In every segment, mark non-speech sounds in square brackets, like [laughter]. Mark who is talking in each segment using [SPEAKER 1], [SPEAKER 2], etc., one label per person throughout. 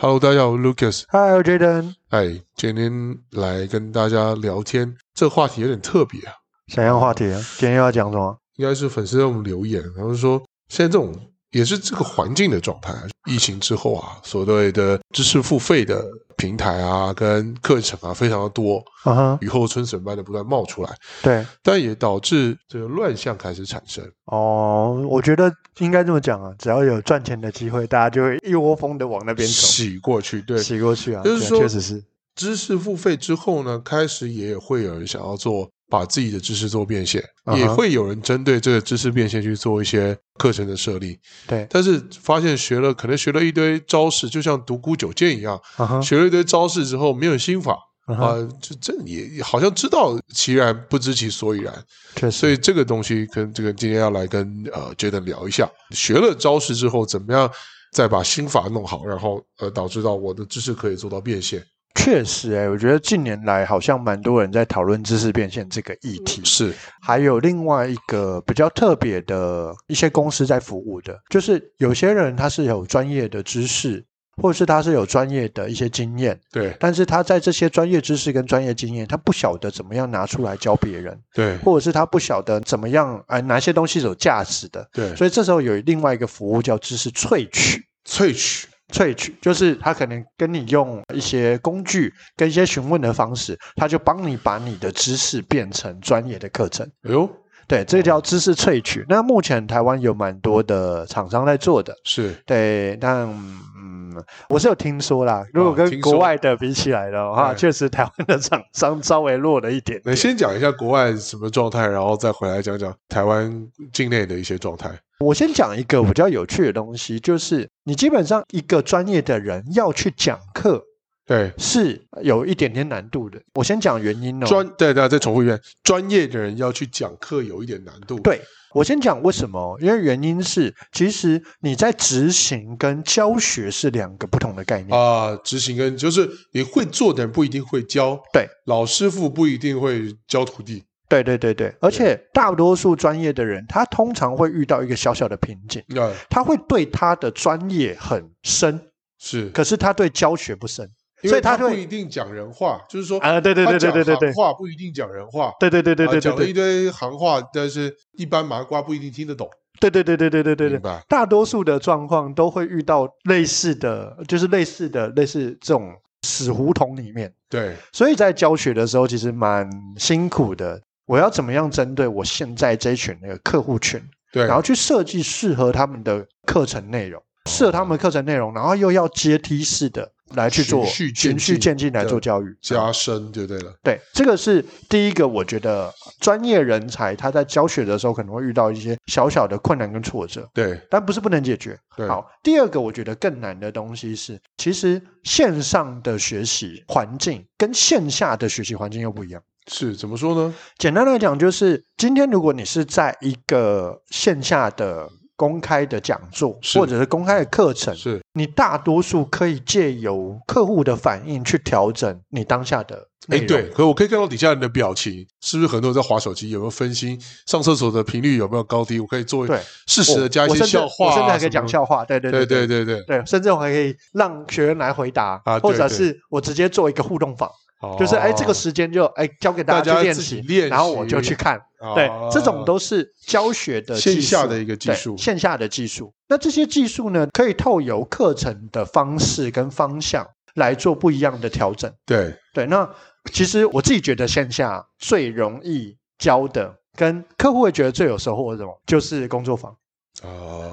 [SPEAKER 1] Hello，大家好我是，Lucas。
[SPEAKER 2] 嗨，我 Jaden，
[SPEAKER 1] 哎，今天来跟大家聊天，这个话题有点特别啊，
[SPEAKER 2] 想要话题啊，今天又要讲什么？
[SPEAKER 1] 应该是粉丝让我们留言，然后说现在这种也是这个环境的状态啊，疫情之后啊，所谓的知识付费的平台啊，跟课程啊，非常的多，
[SPEAKER 2] 嗯哼，
[SPEAKER 1] 雨后春笋般的不断冒出来，
[SPEAKER 2] 对，
[SPEAKER 1] 但也导致这个乱象开始产生。
[SPEAKER 2] 哦，我觉得应该这么讲啊，只要有赚钱的机会，大家就会一窝蜂的往那边走，
[SPEAKER 1] 洗过去，对，
[SPEAKER 2] 洗过去啊，
[SPEAKER 1] 就是
[SPEAKER 2] 对啊
[SPEAKER 1] 说
[SPEAKER 2] 确实是，
[SPEAKER 1] 知识付费之后呢，开始也会有人想要做把自己的知识做变现
[SPEAKER 2] 嗯哼
[SPEAKER 1] 也会有人针对这个知识变现去做一些课程的设立。
[SPEAKER 2] 对，
[SPEAKER 1] 但是发现学了，可能学了一堆招式，就像独孤九剑一样，
[SPEAKER 2] 嗯哼，
[SPEAKER 1] 学了一堆招式之后没有心法
[SPEAKER 2] 嗯
[SPEAKER 1] 啊、
[SPEAKER 2] 哼，
[SPEAKER 1] 就这也也好像知道其然，不知其所以然。
[SPEAKER 2] 确
[SPEAKER 1] 所
[SPEAKER 2] 实，
[SPEAKER 1] 以这个东西跟这个今天要来跟呃 Jaden 聊一下，学了招式之后怎么样再把心法弄好，然后呃导致到我的知识可以做到变现。
[SPEAKER 2] 确实，哎，我觉得近年来好像蛮多人在讨论知识变现这个议题，
[SPEAKER 1] 是，
[SPEAKER 2] 还有另外一个比较特别的一些公司在服务的，就是有些人他是有专业的知识，或者是他是有专业的一些经验，
[SPEAKER 1] 对
[SPEAKER 2] 但是他在这些专业知识跟专业经验，他不晓得怎么样拿出来教别人，
[SPEAKER 1] 对
[SPEAKER 2] 或者是他不晓得怎么样，哎，哪些东西是有价值的。
[SPEAKER 1] 对，
[SPEAKER 2] 所以这时候有另外一个服务叫知识萃取，
[SPEAKER 1] 萃取，
[SPEAKER 2] 萃取就是他可能跟你用一些工具跟一些询问的方式，他就帮你把你的知识变成专业的课程。
[SPEAKER 1] 哎呦，
[SPEAKER 2] 对，这个叫知识萃取。那目前台湾有蛮多的厂商在做的，
[SPEAKER 1] 是
[SPEAKER 2] 对，但嗯，我是有听说啦。如果
[SPEAKER 1] 哦听
[SPEAKER 2] 跟
[SPEAKER 1] 说嗯
[SPEAKER 2] 国外的比起来的话，
[SPEAKER 1] 对
[SPEAKER 2] 确实台湾的厂商稍微弱了一点
[SPEAKER 1] 那
[SPEAKER 2] 点。
[SPEAKER 1] 先讲一下国外什么状态，然后再回来讲讲台湾境内的一些状态。
[SPEAKER 2] 我先讲一个比较有趣的东西，就是你基本上一个专业的人要去讲课
[SPEAKER 1] 对，
[SPEAKER 2] 是有一点点难度的。我先讲原因哦。
[SPEAKER 1] 专对大家再重复一遍，专业的人要去讲课有一点难度。
[SPEAKER 2] 对我先讲为什么，哦因为原因是其实你在执行跟教学是两个不同的概念。
[SPEAKER 1] 啊，执行跟就是你会做的人不一定会教，
[SPEAKER 2] 对，
[SPEAKER 1] 老师傅不一定会教徒弟。
[SPEAKER 2] 对对对对，而且大多数专业的人，他通常会遇到一个小小的瓶颈，
[SPEAKER 1] 那、
[SPEAKER 2] 他会对他的专业很深，
[SPEAKER 1] 是，
[SPEAKER 2] 可是他对教学不深。
[SPEAKER 1] 因
[SPEAKER 2] 所
[SPEAKER 1] 为
[SPEAKER 2] 以他
[SPEAKER 1] 不
[SPEAKER 2] 会
[SPEAKER 1] 一定讲人话，就是说
[SPEAKER 2] 啊对对
[SPEAKER 1] 他
[SPEAKER 2] 对对
[SPEAKER 1] 讲
[SPEAKER 2] 对对对
[SPEAKER 1] 行话不一定讲人话。
[SPEAKER 2] 对对对对对
[SPEAKER 1] 啊
[SPEAKER 2] 对
[SPEAKER 1] 讲了
[SPEAKER 2] 对
[SPEAKER 1] 一堆行话，但是一般麻瓜不一定听得懂，
[SPEAKER 2] 对对对对对对对
[SPEAKER 1] 明
[SPEAKER 2] 对，
[SPEAKER 1] 白？
[SPEAKER 2] 大多数的状况都会遇到类似的，就是类似的类似这种死胡同里面。
[SPEAKER 1] 对，
[SPEAKER 2] 所以在教学的时候，其实蛮辛苦的。我要怎么样针对我现在这一群那个客户群，
[SPEAKER 1] 对，
[SPEAKER 2] 然后去设计适合他们的课程内容，适合他们的课程内容，然后又要阶梯式的来去做
[SPEAKER 1] 循序渐进
[SPEAKER 2] 循序渐进来做教育。
[SPEAKER 1] 加深就对了。
[SPEAKER 2] 对，这个是第一个，我觉得专业人才他在教学的时候可能会遇到一些小小的困难跟挫折，
[SPEAKER 1] 对
[SPEAKER 2] 但不是不能解决。
[SPEAKER 1] 对，
[SPEAKER 2] 好，第二个我觉得更难的东西是，其实线上的学习环境跟线下的学习环境又不一样。
[SPEAKER 1] 是怎么说呢？
[SPEAKER 2] 简单来讲，就是今天如果你是在一个线下的公开的讲座
[SPEAKER 1] 是
[SPEAKER 2] 或者是公开的课程，
[SPEAKER 1] 是
[SPEAKER 2] 你大多数可以借由客户的反应去调整你当下的内
[SPEAKER 1] 哎，
[SPEAKER 2] 容。
[SPEAKER 1] 对，可我可以看到底下人的表情，是不是很多人在划手机？有没有分心？上厕所的频率有没有高低？我可以做
[SPEAKER 2] 对
[SPEAKER 1] 适时的加一
[SPEAKER 2] 我
[SPEAKER 1] 些
[SPEAKER 2] 甚至
[SPEAKER 1] 笑话、啊
[SPEAKER 2] 我甚至还可
[SPEAKER 1] 什
[SPEAKER 2] 以
[SPEAKER 1] 么
[SPEAKER 2] 讲笑话，对对
[SPEAKER 1] 对
[SPEAKER 2] 对
[SPEAKER 1] 对对对，
[SPEAKER 2] 对，甚至我还可以让学员来回答，
[SPEAKER 1] 啊对
[SPEAKER 2] 或者
[SPEAKER 1] 对哦
[SPEAKER 2] 是我直接做一个互动访，就是哎这个时间就哎交给大
[SPEAKER 1] 大
[SPEAKER 2] 家
[SPEAKER 1] 家
[SPEAKER 2] 去练
[SPEAKER 1] 自己
[SPEAKER 2] 习，
[SPEAKER 1] 练
[SPEAKER 2] 然后我
[SPEAKER 1] 习
[SPEAKER 2] 就去看，
[SPEAKER 1] 哦
[SPEAKER 2] 对
[SPEAKER 1] 哦，
[SPEAKER 2] 这种都是教学的
[SPEAKER 1] 线
[SPEAKER 2] 技术
[SPEAKER 1] 下的一个技
[SPEAKER 2] 对
[SPEAKER 1] 术
[SPEAKER 2] 线下的技术。那这些技术呢，可以透由课程的方式跟方向来做不一样的调整。
[SPEAKER 1] 对
[SPEAKER 2] 对，那其实我自己觉得线下最容易教的，跟客户会觉得最有收获的是什么，就是工作坊，
[SPEAKER 1] 啊，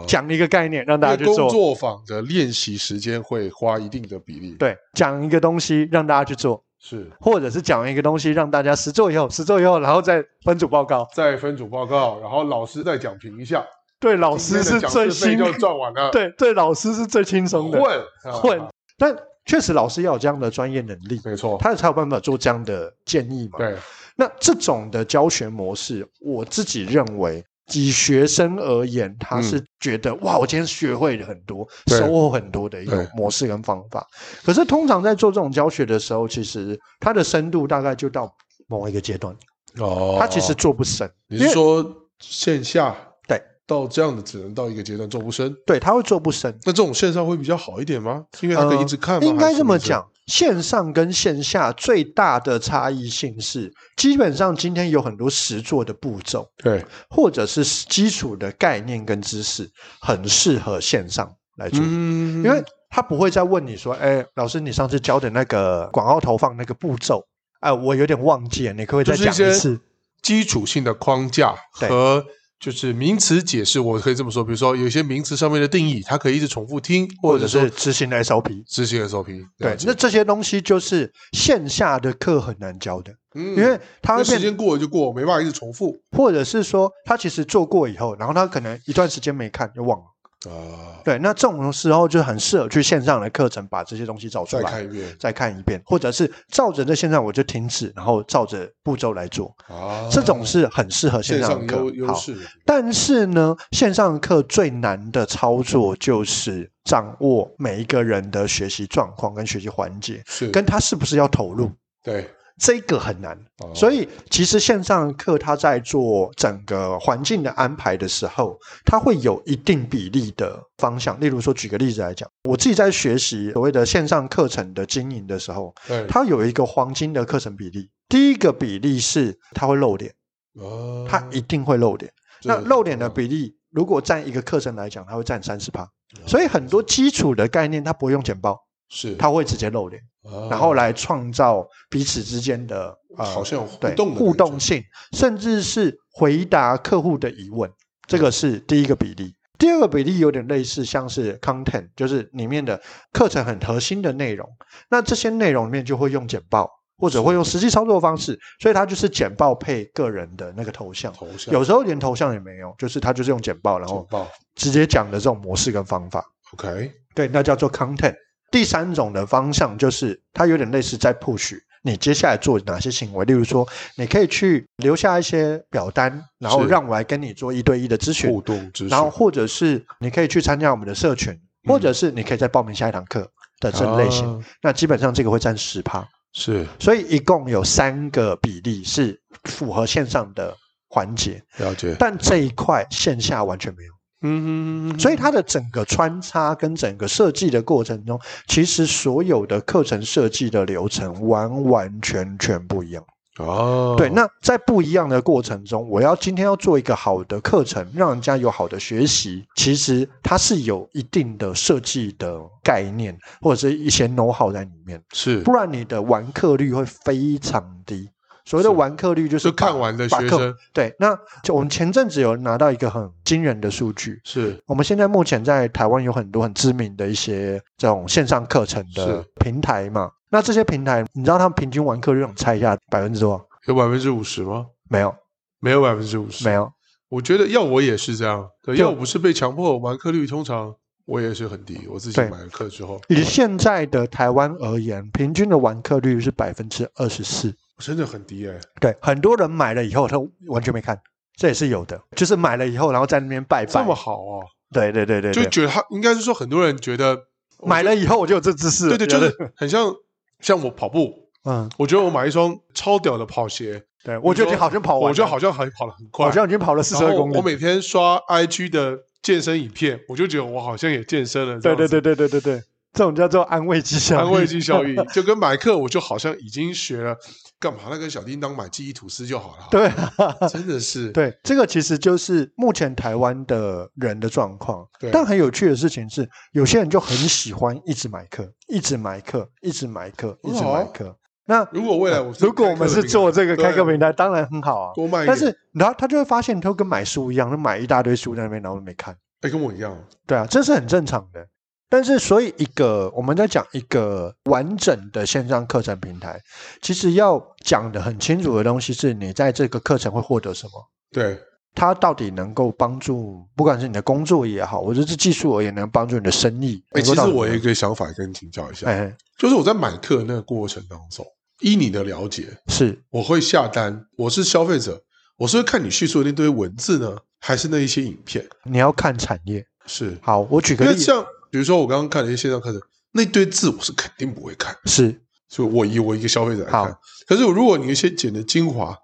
[SPEAKER 2] 讲一个概念让大家
[SPEAKER 1] 因
[SPEAKER 2] 去
[SPEAKER 1] 为工
[SPEAKER 2] 做。
[SPEAKER 1] 作坊的练习时间会花一定的比例，
[SPEAKER 2] 对，讲一个东西让大家去做，
[SPEAKER 1] 是
[SPEAKER 2] 或者是讲一个东西让大家实做以后，实做以后，然后再分组报告。
[SPEAKER 1] 再分组报告，然后老师再讲评一下，
[SPEAKER 2] 对，老
[SPEAKER 1] 今
[SPEAKER 2] 师是
[SPEAKER 1] 天的
[SPEAKER 2] 最
[SPEAKER 1] 讲师费
[SPEAKER 2] 辛
[SPEAKER 1] 就赚完了，
[SPEAKER 2] 对 [laughs] 对，老师是最轻松的。
[SPEAKER 1] 混啊
[SPEAKER 2] 混，但确实老师要有这样的专业能力，
[SPEAKER 1] 没错，
[SPEAKER 2] 他才有办法做这样的建议嘛。，
[SPEAKER 1] 对
[SPEAKER 2] 那这种的教学模式，我自己认为。以学生而言，他是觉得、哇，我今天学会了很多，
[SPEAKER 1] 嗯对
[SPEAKER 2] 收获很多的一
[SPEAKER 1] 对
[SPEAKER 2] 种模式跟方法。可是通常在做这种教学的时候，其实它的深度大概就到某一个阶段，
[SPEAKER 1] 哦
[SPEAKER 2] 它其实做不深。
[SPEAKER 1] 你
[SPEAKER 2] 因
[SPEAKER 1] 是
[SPEAKER 2] 为
[SPEAKER 1] 说线下
[SPEAKER 2] 对
[SPEAKER 1] 到这样的只能到一个阶段做不深。
[SPEAKER 2] 对，它会做不深。
[SPEAKER 1] 那这种线上会比较好一点吗？因为它可以一直看吗、
[SPEAKER 2] 呃应
[SPEAKER 1] 还
[SPEAKER 2] 该
[SPEAKER 1] 是
[SPEAKER 2] 这么
[SPEAKER 1] 怎
[SPEAKER 2] 讲，线上跟线下最大的差异性是，基本上今天有很多实做的步骤，
[SPEAKER 1] 样。对，
[SPEAKER 2] 或者是基础的概念跟知识，很适合线上来做，
[SPEAKER 1] 嗯，
[SPEAKER 2] 因为他不会再问你说：“哎，老师，你上次教的那个广告投放那个步骤，哎，我有点忘记了，你可不可以再
[SPEAKER 1] 就是一
[SPEAKER 2] 讲
[SPEAKER 1] 些
[SPEAKER 2] 一次
[SPEAKER 1] 基础性的框架
[SPEAKER 2] 对
[SPEAKER 1] 和就是名词解释，我可以这么说，比如说有些名词上面的定义，它可以一直重复听，？”或
[SPEAKER 2] 或
[SPEAKER 1] 者
[SPEAKER 2] 者
[SPEAKER 1] 说
[SPEAKER 2] 是执行的 SOP。
[SPEAKER 1] 执行 SOP 了
[SPEAKER 2] 对，
[SPEAKER 1] 解。
[SPEAKER 2] 那这些东西就是线下的课很难教的，
[SPEAKER 1] 因
[SPEAKER 2] 因为它
[SPEAKER 1] 嗯那
[SPEAKER 2] 会
[SPEAKER 1] 时
[SPEAKER 2] 变
[SPEAKER 1] 间过了就过，没办法一直重复
[SPEAKER 2] 或者是说他其实做过以后，然后他可能一段时间没看就忘了。
[SPEAKER 1] 啊，
[SPEAKER 2] 对，那这种时候就很适合去线上的课程把这些东西找出
[SPEAKER 1] 再
[SPEAKER 2] 来，
[SPEAKER 1] 看一遍
[SPEAKER 2] 再看一遍，或者是照着这线上我就停止，然后照着步骤来做，
[SPEAKER 1] 啊，
[SPEAKER 2] 这种是很适合
[SPEAKER 1] 哦线
[SPEAKER 2] 上
[SPEAKER 1] 上
[SPEAKER 2] 的
[SPEAKER 1] 优
[SPEAKER 2] 课。
[SPEAKER 1] 优
[SPEAKER 2] 好，
[SPEAKER 1] 势
[SPEAKER 2] 但是呢，线上课最难的操作就是掌握每一个人的学习状况跟学习环节，
[SPEAKER 1] 是
[SPEAKER 2] 跟他是不是要投入，
[SPEAKER 1] 对，
[SPEAKER 2] 这个很难。
[SPEAKER 1] 哦
[SPEAKER 2] 所以，其实线上课它在做整个环境的安排的时候，它会有一定比例的方向。例如说，举个例子来讲，我自己在学习所谓的线上课程的经营的时候，
[SPEAKER 1] 对
[SPEAKER 2] 它有一个黄金的课程比例。第一个比例是它会露脸，
[SPEAKER 1] 哦
[SPEAKER 2] 它一定会露脸。
[SPEAKER 1] 这
[SPEAKER 2] 那
[SPEAKER 1] 个
[SPEAKER 2] 露脸的
[SPEAKER 1] 嗯
[SPEAKER 2] 比例，如果占一个课程来讲，它会占三十趴。所以很多基础的概念，它不会用简报，
[SPEAKER 1] 是哦
[SPEAKER 2] 它会直接露脸。然后来创造彼此之间的呃，
[SPEAKER 1] 嗯啊好像有互
[SPEAKER 2] 对
[SPEAKER 1] 动的
[SPEAKER 2] 互
[SPEAKER 1] 感觉
[SPEAKER 2] 动性，甚至是回答客户的疑问，这个是第一个比例。第二个比例有点类似，像是 content，就是里面的课程很核心的内容。那这些内容里面就会用简报，或者会用实际操作方式，所以它就是简报配个人的那个头像。
[SPEAKER 1] 头像
[SPEAKER 2] 有时候连头像也没有，就是它就是用简报，然
[SPEAKER 1] 简
[SPEAKER 2] 后
[SPEAKER 1] 报
[SPEAKER 2] 直接讲的这种模式跟方法。
[SPEAKER 1] ，OK，
[SPEAKER 2] 对，那叫做 content。第三种的方向就是它有点类似在 push 你接下来做哪些行为，例如说你可以去留下一些表单，然后
[SPEAKER 1] 是
[SPEAKER 2] 让我来跟你做一对一的咨询
[SPEAKER 1] 互，动知识，
[SPEAKER 2] 然后或者是你可以去参加我们的社群，或者是你可以再报名下一堂课的这种类型。
[SPEAKER 1] 啊
[SPEAKER 2] 那基本上这个会占十趴，
[SPEAKER 1] 是
[SPEAKER 2] 所以一共有三个比例是符合线上的环节，
[SPEAKER 1] 了解，
[SPEAKER 2] 但这一块线下完全没有。
[SPEAKER 1] 嗯
[SPEAKER 2] 所以它的整个穿插跟整个设计的过程中，其实所有的课程设计的流程完完全全不一样。
[SPEAKER 1] 哦，
[SPEAKER 2] 对，那在不一样的过程中，我要今天要做一个好的课程，让人家有好的学习，其实它是有一定的设计的概念或者是一些 know how 在里面，
[SPEAKER 1] 是
[SPEAKER 2] 不然你的完课率会非常低。所谓的
[SPEAKER 1] 是
[SPEAKER 2] 完课率就是
[SPEAKER 1] 就看
[SPEAKER 2] 把
[SPEAKER 1] 完的
[SPEAKER 2] 把
[SPEAKER 1] 学
[SPEAKER 2] 课
[SPEAKER 1] 生
[SPEAKER 2] 对，那就我们前阵子有拿到一个很惊人的数据，
[SPEAKER 1] 是
[SPEAKER 2] 我们现在目前在台湾有很多很知名的一些这种线上课程的
[SPEAKER 1] 是
[SPEAKER 2] 平台嘛，那这些平台，你知道他们平均完课率，我们猜一下百分之多少？
[SPEAKER 1] 有百分之五十吗？
[SPEAKER 2] 没有，
[SPEAKER 1] 没有百分之五十，
[SPEAKER 2] 没有，
[SPEAKER 1] 我觉得要我也是这样，对，
[SPEAKER 2] 就
[SPEAKER 1] 要我不是被强迫完课率，通常我也是很低。我自己
[SPEAKER 2] 对
[SPEAKER 1] 买了课之后，
[SPEAKER 2] 以现在的台湾而言，平均的完课率是百分之二十四。
[SPEAKER 1] 真的很低哎、
[SPEAKER 2] 对，很多人买了以后，他完全没看，这也是有的，就是买了以后，然后在那边拜
[SPEAKER 1] 这
[SPEAKER 2] 拜
[SPEAKER 1] 么。好哦，
[SPEAKER 2] 对对对对
[SPEAKER 1] 就
[SPEAKER 2] 对，
[SPEAKER 1] 觉得他应该是说很多人觉得
[SPEAKER 2] 买了以后我就有这知识了。
[SPEAKER 1] 对对，就是很像像我跑步，
[SPEAKER 2] 嗯，
[SPEAKER 1] 我觉得我买一双超屌的跑鞋，
[SPEAKER 2] 对我觉得你好像跑完了，
[SPEAKER 1] 我觉得好像很跑得很快，
[SPEAKER 2] 好像已经跑了四
[SPEAKER 1] 然
[SPEAKER 2] 十
[SPEAKER 1] 后
[SPEAKER 2] 二公里
[SPEAKER 1] 我。每天刷 IG 的健身影片，我就觉得我好像也健身了。这
[SPEAKER 2] 对
[SPEAKER 1] 样
[SPEAKER 2] 对
[SPEAKER 1] 子
[SPEAKER 2] 对对对对对，这种叫做安慰剂效应。
[SPEAKER 1] 安慰剂效应，就跟买课，我就好像已经学了，干嘛？那跟小叮当买记忆吐司就好了。，
[SPEAKER 2] 对啊，
[SPEAKER 1] 真的是
[SPEAKER 2] 对，这个其实就是目前台湾的人的状况
[SPEAKER 1] 对。
[SPEAKER 2] 但很有趣的事情是，有些人就很喜欢一直买课，一直买课，一直买课，一直买课。那
[SPEAKER 1] 如果未哦啊来我
[SPEAKER 2] 如果我们是做这个开课
[SPEAKER 1] 名
[SPEAKER 2] 平台，当然很好啊。
[SPEAKER 1] 多卖一点，
[SPEAKER 2] 但是，然后他就会发现，他跟买书一样，他买一大堆书在那边，然后没看。
[SPEAKER 1] 哎，跟我一样，
[SPEAKER 2] 对啊，这是很正常的。但是，所以一个我们在讲一个完整的线上课程平台，其实要讲的很清楚的东西是，你在这个课程会获得什么。
[SPEAKER 1] 对，
[SPEAKER 2] 它到底能够帮助，不管是你的工作也好，或者是技术而言，能帮助你的生意。
[SPEAKER 1] 哎，其
[SPEAKER 2] 能够
[SPEAKER 1] 实
[SPEAKER 2] 到
[SPEAKER 1] 我有
[SPEAKER 2] 你
[SPEAKER 1] 一
[SPEAKER 2] 的
[SPEAKER 1] 个想法跟你请教一下，
[SPEAKER 2] 哎
[SPEAKER 1] 就是我在买课那个过程当中，依你的了解，
[SPEAKER 2] 是
[SPEAKER 1] 我会下单，我是消费者，我是会看你叙述的那堆文字呢，还是那一些影片？
[SPEAKER 2] 你要看产业。
[SPEAKER 1] 是，
[SPEAKER 2] 好，我举
[SPEAKER 1] 因
[SPEAKER 2] 个
[SPEAKER 1] 为
[SPEAKER 2] 例子，啊
[SPEAKER 1] 像比如说我刚刚看了一些线上课程，那堆字我是肯定不会看，
[SPEAKER 2] 是
[SPEAKER 1] 所以我以我一个消费者来
[SPEAKER 2] 好
[SPEAKER 1] 看。可是如果你一些剪的精华，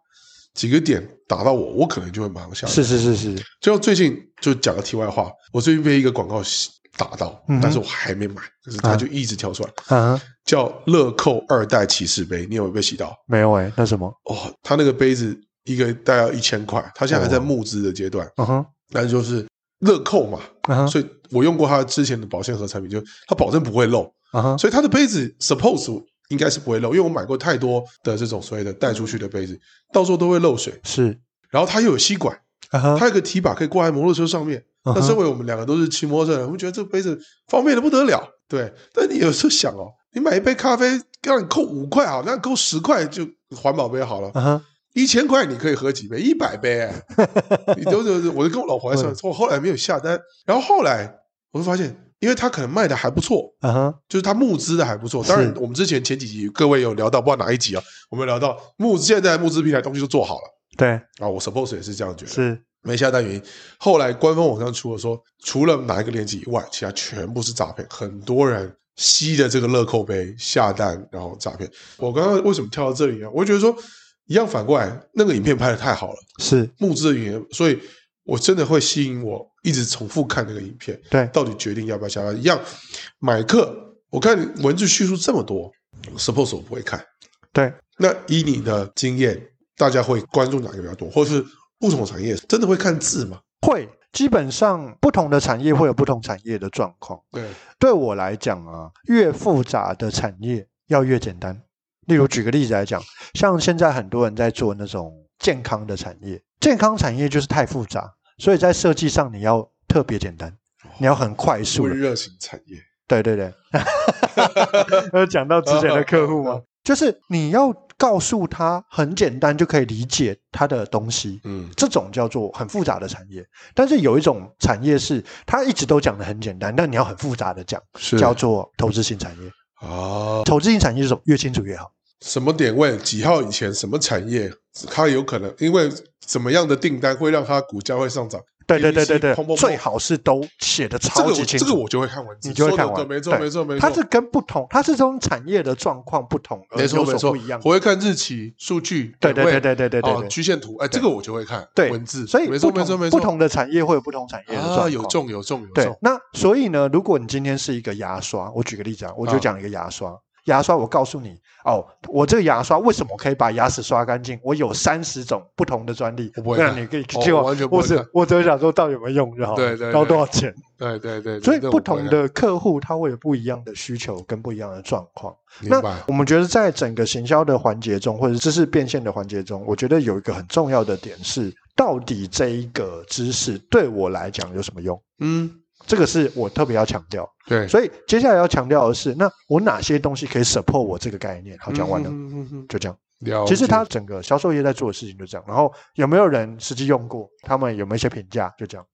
[SPEAKER 1] 几个点打到我，我可能就会马上下单。
[SPEAKER 2] 是是是是，
[SPEAKER 1] 就最近就讲个题外话，我最近被一个广告打到，
[SPEAKER 2] 嗯哼
[SPEAKER 1] 但是我还没买，可是它就一直跳出来，
[SPEAKER 2] 啊，
[SPEAKER 1] 叫乐扣二代骑士杯，你有没有被洗到？
[SPEAKER 2] 没有哎、那什么，
[SPEAKER 1] 哦，它那个杯子一个大概要一千块，它现在还在
[SPEAKER 2] 哦
[SPEAKER 1] 募资的阶段，
[SPEAKER 2] 嗯哼，
[SPEAKER 1] 但是就是乐扣嘛，
[SPEAKER 2] 嗯哼，
[SPEAKER 1] 所以我用过它之前的保鲜盒产品，就它保证不会漏，
[SPEAKER 2] 嗯哼，
[SPEAKER 1] 所以它的杯子 suppose 应该是不会漏，因为我买过太多的这种所谓的带出去的杯子，到时候都会漏水。
[SPEAKER 2] 是，
[SPEAKER 1] 然后它又有吸管，
[SPEAKER 2] 啊哈，
[SPEAKER 1] 它有个提把可以挂在摩托车上面。
[SPEAKER 2] 嗯
[SPEAKER 1] 那身
[SPEAKER 2] 哼
[SPEAKER 1] 为我们两个都是骑摩托车的人，我们觉得这个杯子方便的不得了。对，但你有时候想哦，你买一杯咖啡，让你扣五块好，那扣十块就环保杯好了。
[SPEAKER 2] 啊哈，
[SPEAKER 1] 一千块你可以喝几杯？一百杯、哎你都是我就跟我老婆在算，我后来没有下单。然后后来我就发现，因为它可能卖的还不错，
[SPEAKER 2] 啊哈，
[SPEAKER 1] 就是它募资的还不错。当然
[SPEAKER 2] 是，
[SPEAKER 1] 我们之前前几集各位有聊到，不知道哪一集啊，我们有聊到募现在募资平台东西都做好了
[SPEAKER 2] 对，
[SPEAKER 1] 啊，我 suppose 也是这样觉得。
[SPEAKER 2] 是，
[SPEAKER 1] 没下单原因，后来官方网站出了说，除了哪一个链接以外，其他全部是诈骗。很多人吸的这个乐扣杯下单，然后诈骗。我刚刚为什么跳到这里呢？啊我就觉得说，一样反过来，那个影片拍的太好了，
[SPEAKER 2] 是，
[SPEAKER 1] 募资的原因，所以我真的会吸引我一直重复看那个影片，
[SPEAKER 2] 对，
[SPEAKER 1] 到底决定要不要下单。一样，买课，我看文字叙述这么多，suppose 我不会看。
[SPEAKER 2] 对，
[SPEAKER 1] 那以你的经验，大家会关注哪个比较多，或是不同产业真的会看字吗？
[SPEAKER 2] 会，基本上不同的产业会有不同产业的状况。
[SPEAKER 1] 对，
[SPEAKER 2] 对我来讲啊，越复杂的产业要越简单。例如举个例子来讲，像现在很多人在做那种健康的产业，健康产业就是太复杂，所以在设计上你要特别简单，你要很快速
[SPEAKER 1] 温
[SPEAKER 2] 的。
[SPEAKER 1] 热型产业，
[SPEAKER 2] 对对对，呃，讲到之前的客户吗？就是你要告诉他很简单就可以理解他的东西，
[SPEAKER 1] 嗯，
[SPEAKER 2] 这种叫做很复杂的产业。但是有一种产业是它一直都讲的很简单，但你要很复杂的讲，
[SPEAKER 1] 是
[SPEAKER 2] 叫做投资性产业。
[SPEAKER 1] 啊，
[SPEAKER 2] 投资性产业是什么？越清楚越好。
[SPEAKER 1] 什么点位，几号以前，什么产业，它有可能因为怎么样的订单会让它股价会上涨？
[SPEAKER 2] 对对对对对，
[SPEAKER 1] 砰砰砰
[SPEAKER 2] 最好是都写的
[SPEAKER 1] 这个
[SPEAKER 2] 超级
[SPEAKER 1] 我
[SPEAKER 2] 清
[SPEAKER 1] 这
[SPEAKER 2] 楚。
[SPEAKER 1] 个我就会看文字，
[SPEAKER 2] 你就会看
[SPEAKER 1] 说得
[SPEAKER 2] 完，
[SPEAKER 1] 对没错
[SPEAKER 2] 对
[SPEAKER 1] 没错没错，
[SPEAKER 2] 它是跟不同，它是从产业的状况不同而
[SPEAKER 1] 没错
[SPEAKER 2] 有
[SPEAKER 1] 没
[SPEAKER 2] 所
[SPEAKER 1] 错
[SPEAKER 2] 不一样。
[SPEAKER 1] 我会看日期、数据，
[SPEAKER 2] 对对
[SPEAKER 1] 点
[SPEAKER 2] 对
[SPEAKER 1] 位
[SPEAKER 2] 对对对对
[SPEAKER 1] 啊
[SPEAKER 2] 对，
[SPEAKER 1] 曲线图，哎，这个我就会看，
[SPEAKER 2] 对
[SPEAKER 1] 文字，
[SPEAKER 2] 所以
[SPEAKER 1] 没错
[SPEAKER 2] 不
[SPEAKER 1] 没错
[SPEAKER 2] 同
[SPEAKER 1] 没
[SPEAKER 2] 不
[SPEAKER 1] 错，
[SPEAKER 2] 同的产业会有不同产业的状
[SPEAKER 1] 啊，
[SPEAKER 2] 况。
[SPEAKER 1] 有中有中有
[SPEAKER 2] 对
[SPEAKER 1] 中，，
[SPEAKER 2] 那所以呢，如果你今天是一个牙刷，我举个例子啊，我就
[SPEAKER 1] 啊
[SPEAKER 2] 讲一个牙刷。牙刷，我告诉你哦，我这个牙刷为什么可以把牙齿刷干净？我有三十种不同的专利，
[SPEAKER 1] 我不会
[SPEAKER 2] 那
[SPEAKER 1] 看
[SPEAKER 2] 你可以
[SPEAKER 1] 哦
[SPEAKER 2] 就
[SPEAKER 1] 我完全不
[SPEAKER 2] 我
[SPEAKER 1] 会看
[SPEAKER 2] 只我只会想说到底有没有用就好了，
[SPEAKER 1] 对对对
[SPEAKER 2] 然后多少钱？
[SPEAKER 1] 哎对对对，对
[SPEAKER 2] 所以
[SPEAKER 1] 这
[SPEAKER 2] 不
[SPEAKER 1] 我
[SPEAKER 2] 同
[SPEAKER 1] 会
[SPEAKER 2] 的客户他会有不一样的需求跟不一样的状况。
[SPEAKER 1] 看明
[SPEAKER 2] 那
[SPEAKER 1] 白，
[SPEAKER 2] 我们觉得在整个行销的环节中，或者知识变现的环节中，我觉得有一个很重要的点是，到底这一个知识对我来讲有什么用？
[SPEAKER 1] 嗯，
[SPEAKER 2] 这个是我特别要强调。
[SPEAKER 1] 对，
[SPEAKER 2] 所以接下来要强调的是，那我哪些东西可以 support 我这个概念？好，讲完了，
[SPEAKER 1] 嗯，嗯嗯嗯嗯
[SPEAKER 2] 就这样。
[SPEAKER 1] 了解，
[SPEAKER 2] 其实它整个销售业在做的事情就这样。然后有没有人实际用过？他们有没有一些评价？就这样，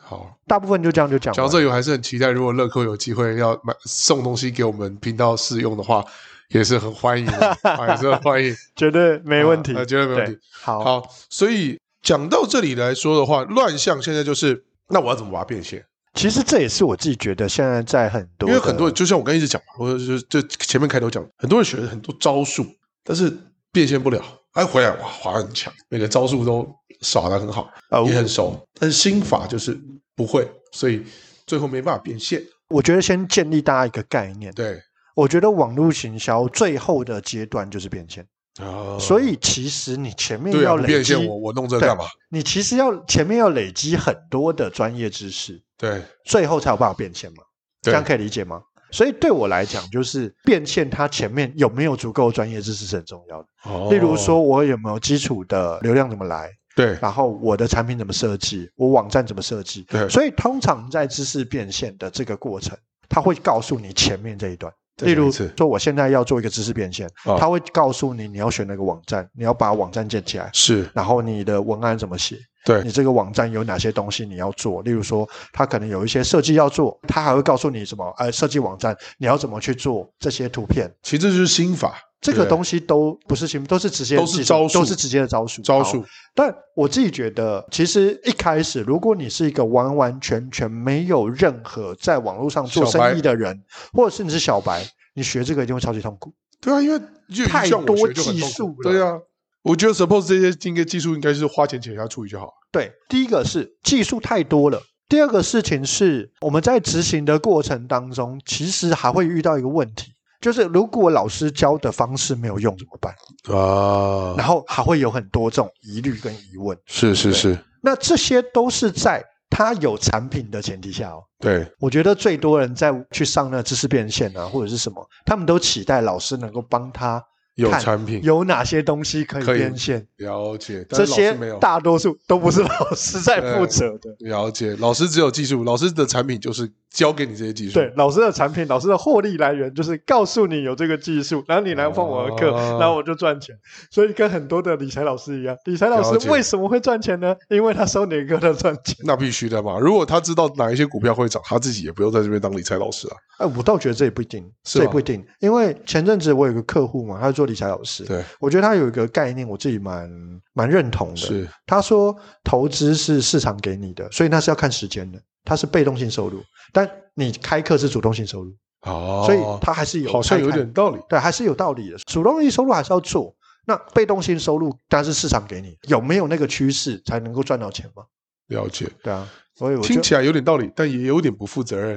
[SPEAKER 1] 好，
[SPEAKER 2] 大部分就这样就讲
[SPEAKER 1] 讲到
[SPEAKER 2] 完了。
[SPEAKER 1] 这里，我还是很期待，如果乐扣有机会要买送东西给我们频道试用的话，也是很欢迎的，
[SPEAKER 2] [laughs]
[SPEAKER 1] 啊也是很欢迎，
[SPEAKER 2] 绝对没问题，
[SPEAKER 1] 啊啊绝对没问题
[SPEAKER 2] 对。好，
[SPEAKER 1] 好，所以讲到这里来说的话，乱象现在就是，那我要怎么把它变现？
[SPEAKER 2] 其实这也是我自己觉得现在在很多
[SPEAKER 1] 因
[SPEAKER 2] 的，
[SPEAKER 1] 为很多人，就像我刚一直讲嘛，或者是就前面开头讲，很多人学了很多招数，但是变现不了。哎，回来哇，华很强，每个招数都耍得很好，
[SPEAKER 2] 呃，
[SPEAKER 1] 也
[SPEAKER 2] 我
[SPEAKER 1] 很熟，但是心法就是不会，所以最后没办法变现。
[SPEAKER 2] 我觉得先建立大家一个概念。
[SPEAKER 1] 对，
[SPEAKER 2] 我觉得网络行销最后的阶段就是变现，
[SPEAKER 1] 啊
[SPEAKER 2] 所以其实你前面
[SPEAKER 1] 对啊，
[SPEAKER 2] 要
[SPEAKER 1] 不
[SPEAKER 2] 累
[SPEAKER 1] 变
[SPEAKER 2] 积
[SPEAKER 1] 现，我我弄这
[SPEAKER 2] 对
[SPEAKER 1] 干嘛？
[SPEAKER 2] 你其实要前面要累积很多的专业知识，
[SPEAKER 1] 对，
[SPEAKER 2] 最后才有办法变现嘛，这
[SPEAKER 1] 对
[SPEAKER 2] 样可以理解吗？所以对我来讲，就是变现它前面有没有足够的专业知识是很重要的。
[SPEAKER 1] 哦
[SPEAKER 2] 例如说，，我有没有基础的流量怎么来，
[SPEAKER 1] 对
[SPEAKER 2] 然后我的产品怎么设计，我网站怎么设计。
[SPEAKER 1] 对
[SPEAKER 2] 所以通常在知识变现的这个过程，它会告诉你前面这一段。
[SPEAKER 1] 对
[SPEAKER 2] 例如
[SPEAKER 1] 没错
[SPEAKER 2] 说，我现在要做一个知识变现，
[SPEAKER 1] 哦
[SPEAKER 2] 它会告诉你你要选哪个网站，你要把网站建起来，
[SPEAKER 1] 是，
[SPEAKER 2] 然后你的文案怎么写，
[SPEAKER 1] 对
[SPEAKER 2] 你这个网站有哪些东西你要做？例如说，它可能有一些设计要做，它还会告诉你什么？呃，设计网站你要怎么去做这些图片？
[SPEAKER 1] 其实这就是心法，
[SPEAKER 2] 这个
[SPEAKER 1] 对
[SPEAKER 2] 东西都不是新，都是直接的
[SPEAKER 1] 都是
[SPEAKER 2] 技术
[SPEAKER 1] 招数
[SPEAKER 2] 都是直接的招数，
[SPEAKER 1] 招
[SPEAKER 2] 好。
[SPEAKER 1] 数，
[SPEAKER 2] 但我自己觉得，其实一开始，如果你是一个完完全全没有任何在网络上做
[SPEAKER 1] 小白
[SPEAKER 2] 生意的人，或者是你是小白，你学这个一定会超级痛苦。
[SPEAKER 1] 对啊，因为粤语
[SPEAKER 2] 太
[SPEAKER 1] 像我
[SPEAKER 2] 多
[SPEAKER 1] 学就很
[SPEAKER 2] 技
[SPEAKER 1] 痛苦
[SPEAKER 2] 术了
[SPEAKER 1] 对啊，我觉得 suppose 这些应该技术应该是花钱请人家处理就好了。
[SPEAKER 2] 对，第一个是技术太多了。第二个事情是，我们在执行的过程当中，其实还会遇到一个问题，就是如果老师教的方式没有用怎么办？
[SPEAKER 1] 啊
[SPEAKER 2] 然后还会有很多这种疑虑跟疑问。
[SPEAKER 1] 是是是，
[SPEAKER 2] 那这些都是在他有产品的前提下哦。
[SPEAKER 1] 对，
[SPEAKER 2] 我觉得最多人在去上那知识变现啊，或者是什么，他们都期待老师能够帮他
[SPEAKER 1] 有
[SPEAKER 2] 看
[SPEAKER 1] 产品
[SPEAKER 2] 有哪些东西可以
[SPEAKER 1] 可以
[SPEAKER 2] 变现，
[SPEAKER 1] 了解，但
[SPEAKER 2] 这
[SPEAKER 1] 是老师
[SPEAKER 2] 些
[SPEAKER 1] 没有
[SPEAKER 2] 大多数都不是老师在负责的。
[SPEAKER 1] 了解，老师只有技术，老师的产品就是教给你这些技术。
[SPEAKER 2] 对，老师的产品，老师的获利来源就是告诉你有这个技术，然后你来放我的课，
[SPEAKER 1] 哦
[SPEAKER 2] 然后我就赚钱。所以跟很多的理财老师一样，理财老
[SPEAKER 1] 了
[SPEAKER 2] 师
[SPEAKER 1] 解
[SPEAKER 2] 为什么会赚钱呢？因为他收你的课他赚钱。
[SPEAKER 1] 那必须的嘛！如果他知道哪一些股票会涨，他自己也不用在这边当理财老师啊。
[SPEAKER 2] 哎，我倒觉得这也不一定，
[SPEAKER 1] 是
[SPEAKER 2] 这也
[SPEAKER 1] 吗
[SPEAKER 2] 不一定，因为前阵子我有个客户嘛，他是做理财老师，
[SPEAKER 1] 对，
[SPEAKER 2] 我觉得他有一个概念，我自己蛮蛮认同的。
[SPEAKER 1] 是
[SPEAKER 2] 他说投资是市场给你的，所以那是要看时间的，它是被动性收入，但你开课是主动性收入，
[SPEAKER 1] 哦，
[SPEAKER 2] 所以它还是有
[SPEAKER 1] 好像有
[SPEAKER 2] 拆开
[SPEAKER 1] 点道理。
[SPEAKER 2] 对，还是有道理的。主动性收入还是要做，那被动性收入但是市场给你，有没有那个趋势才能够赚到钱嘛？
[SPEAKER 1] 了解，
[SPEAKER 2] 对啊，所以我就
[SPEAKER 1] 听起来有点道理，但也有点不负责
[SPEAKER 2] [laughs]
[SPEAKER 1] 任。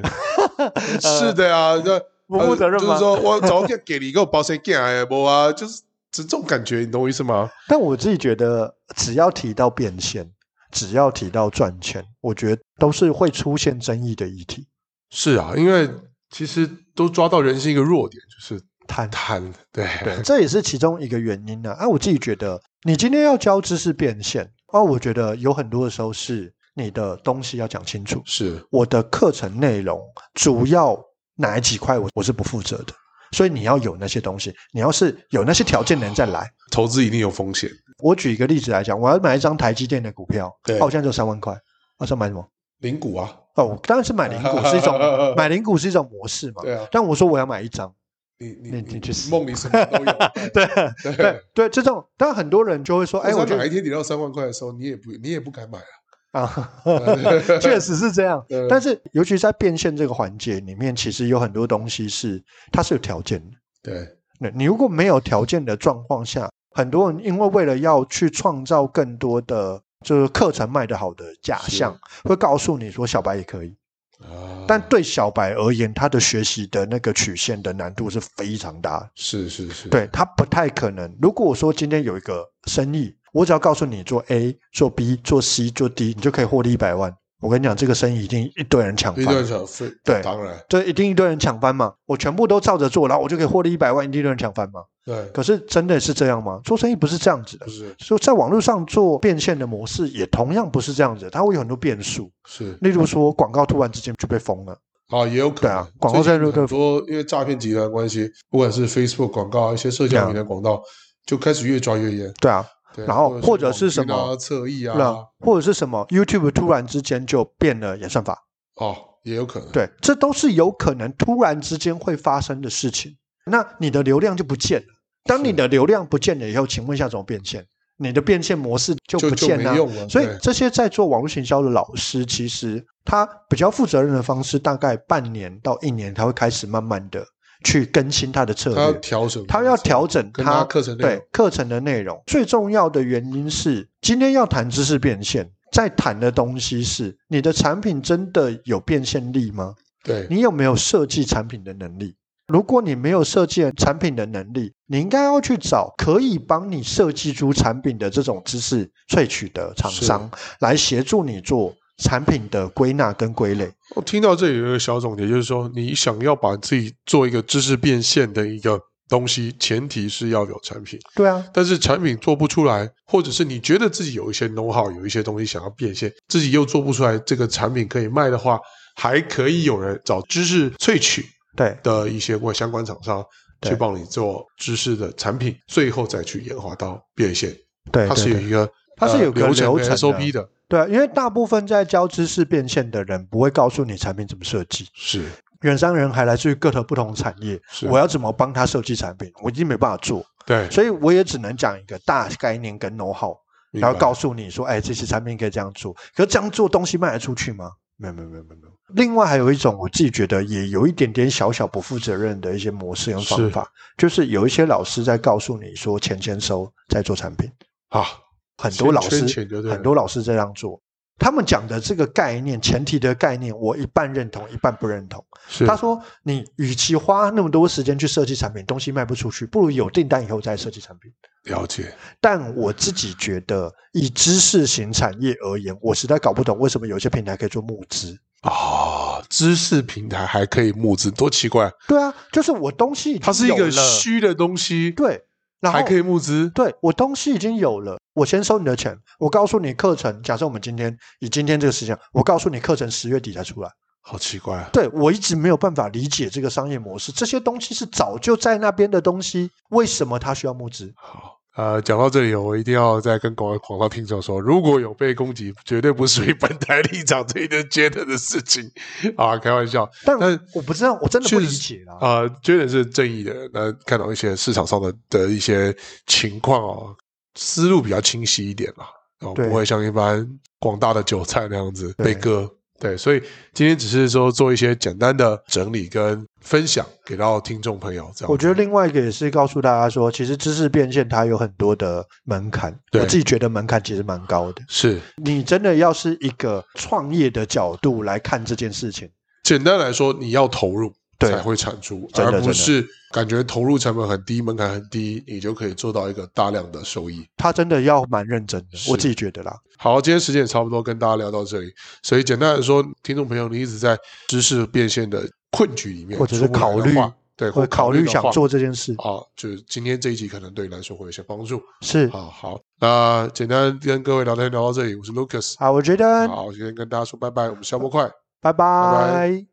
[SPEAKER 1] 是的呀，那
[SPEAKER 2] 不负责任
[SPEAKER 1] 呃就
[SPEAKER 2] 吗
[SPEAKER 1] 是说我早点给你一个保险给哎不啊，就是这种感觉，你懂我意思吗？
[SPEAKER 2] 但我自己觉得，只要提到变现，只要提到赚钱，我觉得都是会出现争议的议题。
[SPEAKER 1] 是啊，因为其实都抓到人性一个弱点，就是
[SPEAKER 2] 贪，
[SPEAKER 1] 贪。对，
[SPEAKER 2] 对，这也是其中一个原因呢、啊。我自己觉得，你今天要教知识变现，啊，我觉得有很多的时候是你的东西要讲清楚。
[SPEAKER 1] [laughs] 是
[SPEAKER 2] 我的课程内容主要哪几块我我是不负责的，所以你要有那些东西，你要是有那些条件的人再来。
[SPEAKER 1] 投资一定有风险。
[SPEAKER 2] 我举一个例子来讲，我要买一张台积电的股票，哦
[SPEAKER 1] 对
[SPEAKER 2] 好像就三万块，我、啊、想买什么？
[SPEAKER 1] 零股啊，
[SPEAKER 2] 哦，我当然是买零股是一种
[SPEAKER 1] [laughs]
[SPEAKER 2] 买零股是一种模式嘛。
[SPEAKER 1] 对啊
[SPEAKER 2] 但我说我要买
[SPEAKER 1] [laughs]
[SPEAKER 2] 一张，
[SPEAKER 1] 你你
[SPEAKER 2] 你你去死
[SPEAKER 1] 梦里什么都有。
[SPEAKER 2] 对 [laughs] 对对，这种，当然很多人就会说，哎，
[SPEAKER 1] 哎，
[SPEAKER 2] 我
[SPEAKER 1] 我
[SPEAKER 2] 觉
[SPEAKER 1] 哪一
[SPEAKER 2] 得
[SPEAKER 1] 天你到三万块的时候，你也不你也不敢
[SPEAKER 2] [laughs]
[SPEAKER 1] 买啊。
[SPEAKER 2] 啊， [laughs] 确实是这样。
[SPEAKER 1] 对
[SPEAKER 2] 但是尤其在变现这个环节里面，其实有很多东西是它是有条件的。
[SPEAKER 1] 对，
[SPEAKER 2] 那你如果没有条件的状况下，很多人因为为了要去创造更多的就是课程卖得好的假象，会告诉你说小白也可以，
[SPEAKER 1] 啊，
[SPEAKER 2] 但对小白而言，他的学习的那个曲线的难度是非常大的。
[SPEAKER 1] 是是是，
[SPEAKER 2] 对他不太可能。如果我说今天有一个生意，我只要告诉你做 A、做 B、做 C、做 D，你就可以获利一百万。我跟你讲，这个生意一定一堆人抢
[SPEAKER 1] 一段
[SPEAKER 2] 翻，
[SPEAKER 1] 小费，
[SPEAKER 2] 对
[SPEAKER 1] 当然，
[SPEAKER 2] 这一定一堆人抢翻嘛。我全部都照着做，然后我就可以获利一百万，一定一堆人抢翻嘛。
[SPEAKER 1] 对，
[SPEAKER 2] 可是真的是这样吗？做生意不是这样子的
[SPEAKER 1] 不，是
[SPEAKER 2] 所以在网络上做变现的模式也同样不是这样子的，它会有很多变数。
[SPEAKER 1] 是
[SPEAKER 2] 例如说，广告突然之间就被封了，
[SPEAKER 1] 啊，也有可
[SPEAKER 2] 对
[SPEAKER 1] 能
[SPEAKER 2] 啊。广告
[SPEAKER 1] 最
[SPEAKER 2] 在
[SPEAKER 1] 近
[SPEAKER 2] 入
[SPEAKER 1] 很
[SPEAKER 2] 对
[SPEAKER 1] 多，因为诈骗集团关系，不管是 Facebook 广告，一些社交平台广告，就开始越抓越严。
[SPEAKER 2] 对啊，
[SPEAKER 1] 对
[SPEAKER 2] 然后或者是
[SPEAKER 1] 网军啊
[SPEAKER 2] 什么
[SPEAKER 1] 侧翼
[SPEAKER 2] 对啊
[SPEAKER 1] 啊，，
[SPEAKER 2] 或者是什么 YouTube 突然之间就变了演算法，
[SPEAKER 1] 哦，也有可能。
[SPEAKER 2] 对，这都是有可能突然之间会发生的事情。那你的流量就不见了，当你的流量不见了以后，请问一下怎么变现？你的变现模式就
[SPEAKER 1] 就
[SPEAKER 2] 不
[SPEAKER 1] 就
[SPEAKER 2] 见
[SPEAKER 1] 没
[SPEAKER 2] 了、啊
[SPEAKER 1] 用了
[SPEAKER 2] 所以
[SPEAKER 1] 对
[SPEAKER 2] 这些在做网络行销的老师，其实他比较负责任的方式，大概半年到一年，他会开始慢慢的去更新他的策
[SPEAKER 1] 他要
[SPEAKER 2] 略，
[SPEAKER 1] 调整，
[SPEAKER 2] 他要调整
[SPEAKER 1] 跟他
[SPEAKER 2] 他
[SPEAKER 1] 课程内
[SPEAKER 2] 对
[SPEAKER 1] 容。
[SPEAKER 2] 课程的内容。最重要的原因是，今天要谈知识变现，在谈的东西是你的产品真的有变现力吗？
[SPEAKER 1] 对，
[SPEAKER 2] 你有没有设计产品的能力？如果你没有设计产品的能力，你应该要去找可以帮你设计出产品的这种知识萃取的厂商，来协助你做产品的归纳跟归类。
[SPEAKER 1] 我听到这里有一个小总结，就是说，你想要把自己做一个知识变现的一个东西，前提是要有产品。
[SPEAKER 2] 对啊，
[SPEAKER 1] 但是产品做不出来，或者是你觉得自己有一些 know how，有一些东西想要变现，自己又做不出来，这个产品可以卖的话，还可以有人找知识萃取
[SPEAKER 2] 对
[SPEAKER 1] 的一些或相关厂商
[SPEAKER 2] 对
[SPEAKER 1] 去帮你做知识的产品，最后再去演化到变现。
[SPEAKER 2] 对，
[SPEAKER 1] 它是
[SPEAKER 2] 对
[SPEAKER 1] 有
[SPEAKER 2] 对
[SPEAKER 1] 一个，
[SPEAKER 2] 它是
[SPEAKER 1] 呃
[SPEAKER 2] 有个
[SPEAKER 1] 流程
[SPEAKER 2] 流
[SPEAKER 1] 跟
[SPEAKER 2] 程的
[SPEAKER 1] SOP 的，
[SPEAKER 2] 对啊，因为大部分在教知识变现的人不会告诉你产品怎么设计，
[SPEAKER 1] 是
[SPEAKER 2] 原商人还来自于各个不同产业，
[SPEAKER 1] 是，
[SPEAKER 2] 我要怎么帮他设计产品，我已经没办法做，
[SPEAKER 1] 对，
[SPEAKER 2] 所以我也只能讲一个大概念跟 know how。然后告
[SPEAKER 1] 诉
[SPEAKER 2] 诉你说，哎，这些产品可以这样做，可是这样做东西卖得出去吗？没有没有没有没有没有。另外还有一种，我自己觉得也有一点点小小不负责任的一些模式跟方法，就是有一些老师在告诉你说钱先收再做产品，
[SPEAKER 1] 啊，
[SPEAKER 2] 很多老
[SPEAKER 1] 先
[SPEAKER 2] 师
[SPEAKER 1] 圈钱就对了
[SPEAKER 2] 很多老师这样做。他们讲的这个概念，前提的概念，我一半认同，一半不认同。
[SPEAKER 1] 是
[SPEAKER 2] 他说：“你与其花那么多时间去设计产品，东西卖不出去，不如有订单以后再设计产品。”
[SPEAKER 1] 了解，
[SPEAKER 2] 但我自己觉得，以知识型产业而言，我实在搞不懂为什么有些平台可以做募资。
[SPEAKER 1] 啊，知识平台还可以募资，多奇怪！
[SPEAKER 2] 对啊，就是我东西已经
[SPEAKER 1] 它是一
[SPEAKER 2] 有
[SPEAKER 1] 个
[SPEAKER 2] 了
[SPEAKER 1] 虚的东西，，
[SPEAKER 2] 对，然后
[SPEAKER 1] 还可以募资，
[SPEAKER 2] 对我东西已经有了，我先收你的钱，我告诉你课程。假设我们今天以今天这个时间，我告诉你课程十月底才出来。
[SPEAKER 1] 好奇怪啊！
[SPEAKER 2] 对我一直没有办法理解这个商业模式，这些东西是早就在那边的东西，为什么它需要募资？
[SPEAKER 1] 好，呃，讲到这里，我一定要再跟广广大听众说，如果有被攻击，绝对不属于本台立场这一个阶段的事情啊，开玩笑。
[SPEAKER 2] 但
[SPEAKER 1] 但
[SPEAKER 2] 我不知道，我真的不
[SPEAKER 1] 确
[SPEAKER 2] 理
[SPEAKER 1] 实
[SPEAKER 2] 解啦。
[SPEAKER 1] 啊、j a d e n 是正义的人，那看到一些市场上的的一些情况哦，思路比较清晰一点嘛，哦，
[SPEAKER 2] 对
[SPEAKER 1] 不会像一般广大的韭菜那样子
[SPEAKER 2] 对
[SPEAKER 1] 被割。对，所以今天只是说做一些简单的整理跟分享，给到听众朋友这样。
[SPEAKER 2] 我觉得另外一个也是告诉大家说，其实知识变现它有很多的门槛，
[SPEAKER 1] 对
[SPEAKER 2] 我自己觉得门槛其实蛮高的。
[SPEAKER 1] 是
[SPEAKER 2] 你真的要是一个创业的角度来看这件事情，
[SPEAKER 1] 简单来说，你要投入
[SPEAKER 2] 对
[SPEAKER 1] 才会产出，
[SPEAKER 2] 真
[SPEAKER 1] 而
[SPEAKER 2] 的真
[SPEAKER 1] 不
[SPEAKER 2] 的
[SPEAKER 1] 是感觉投入成本很低、门槛很低，你就可以做到一个大量的收益。
[SPEAKER 2] 它真的要蛮认真的，
[SPEAKER 1] 是
[SPEAKER 2] 我自己觉得啦。
[SPEAKER 1] 好，今天时间也差不多，跟大家聊到这里。所以简单来说，听众朋友，你一直在知识变现的困局里面，
[SPEAKER 2] 或者是
[SPEAKER 1] 出不来的
[SPEAKER 2] 考虑
[SPEAKER 1] 话对，
[SPEAKER 2] 我
[SPEAKER 1] 或
[SPEAKER 2] 考虑
[SPEAKER 1] 虑的
[SPEAKER 2] 想
[SPEAKER 1] 话
[SPEAKER 2] 做这件事，
[SPEAKER 1] 啊，就是今天这一集可能对你来说会有一些帮助。
[SPEAKER 2] 是
[SPEAKER 1] 好好，那简单跟各位聊天聊到这里，我是 Lucas，
[SPEAKER 2] 好，我觉得
[SPEAKER 1] 好，今天跟大家说拜拜，我们下播快。
[SPEAKER 2] 拜拜。
[SPEAKER 1] 拜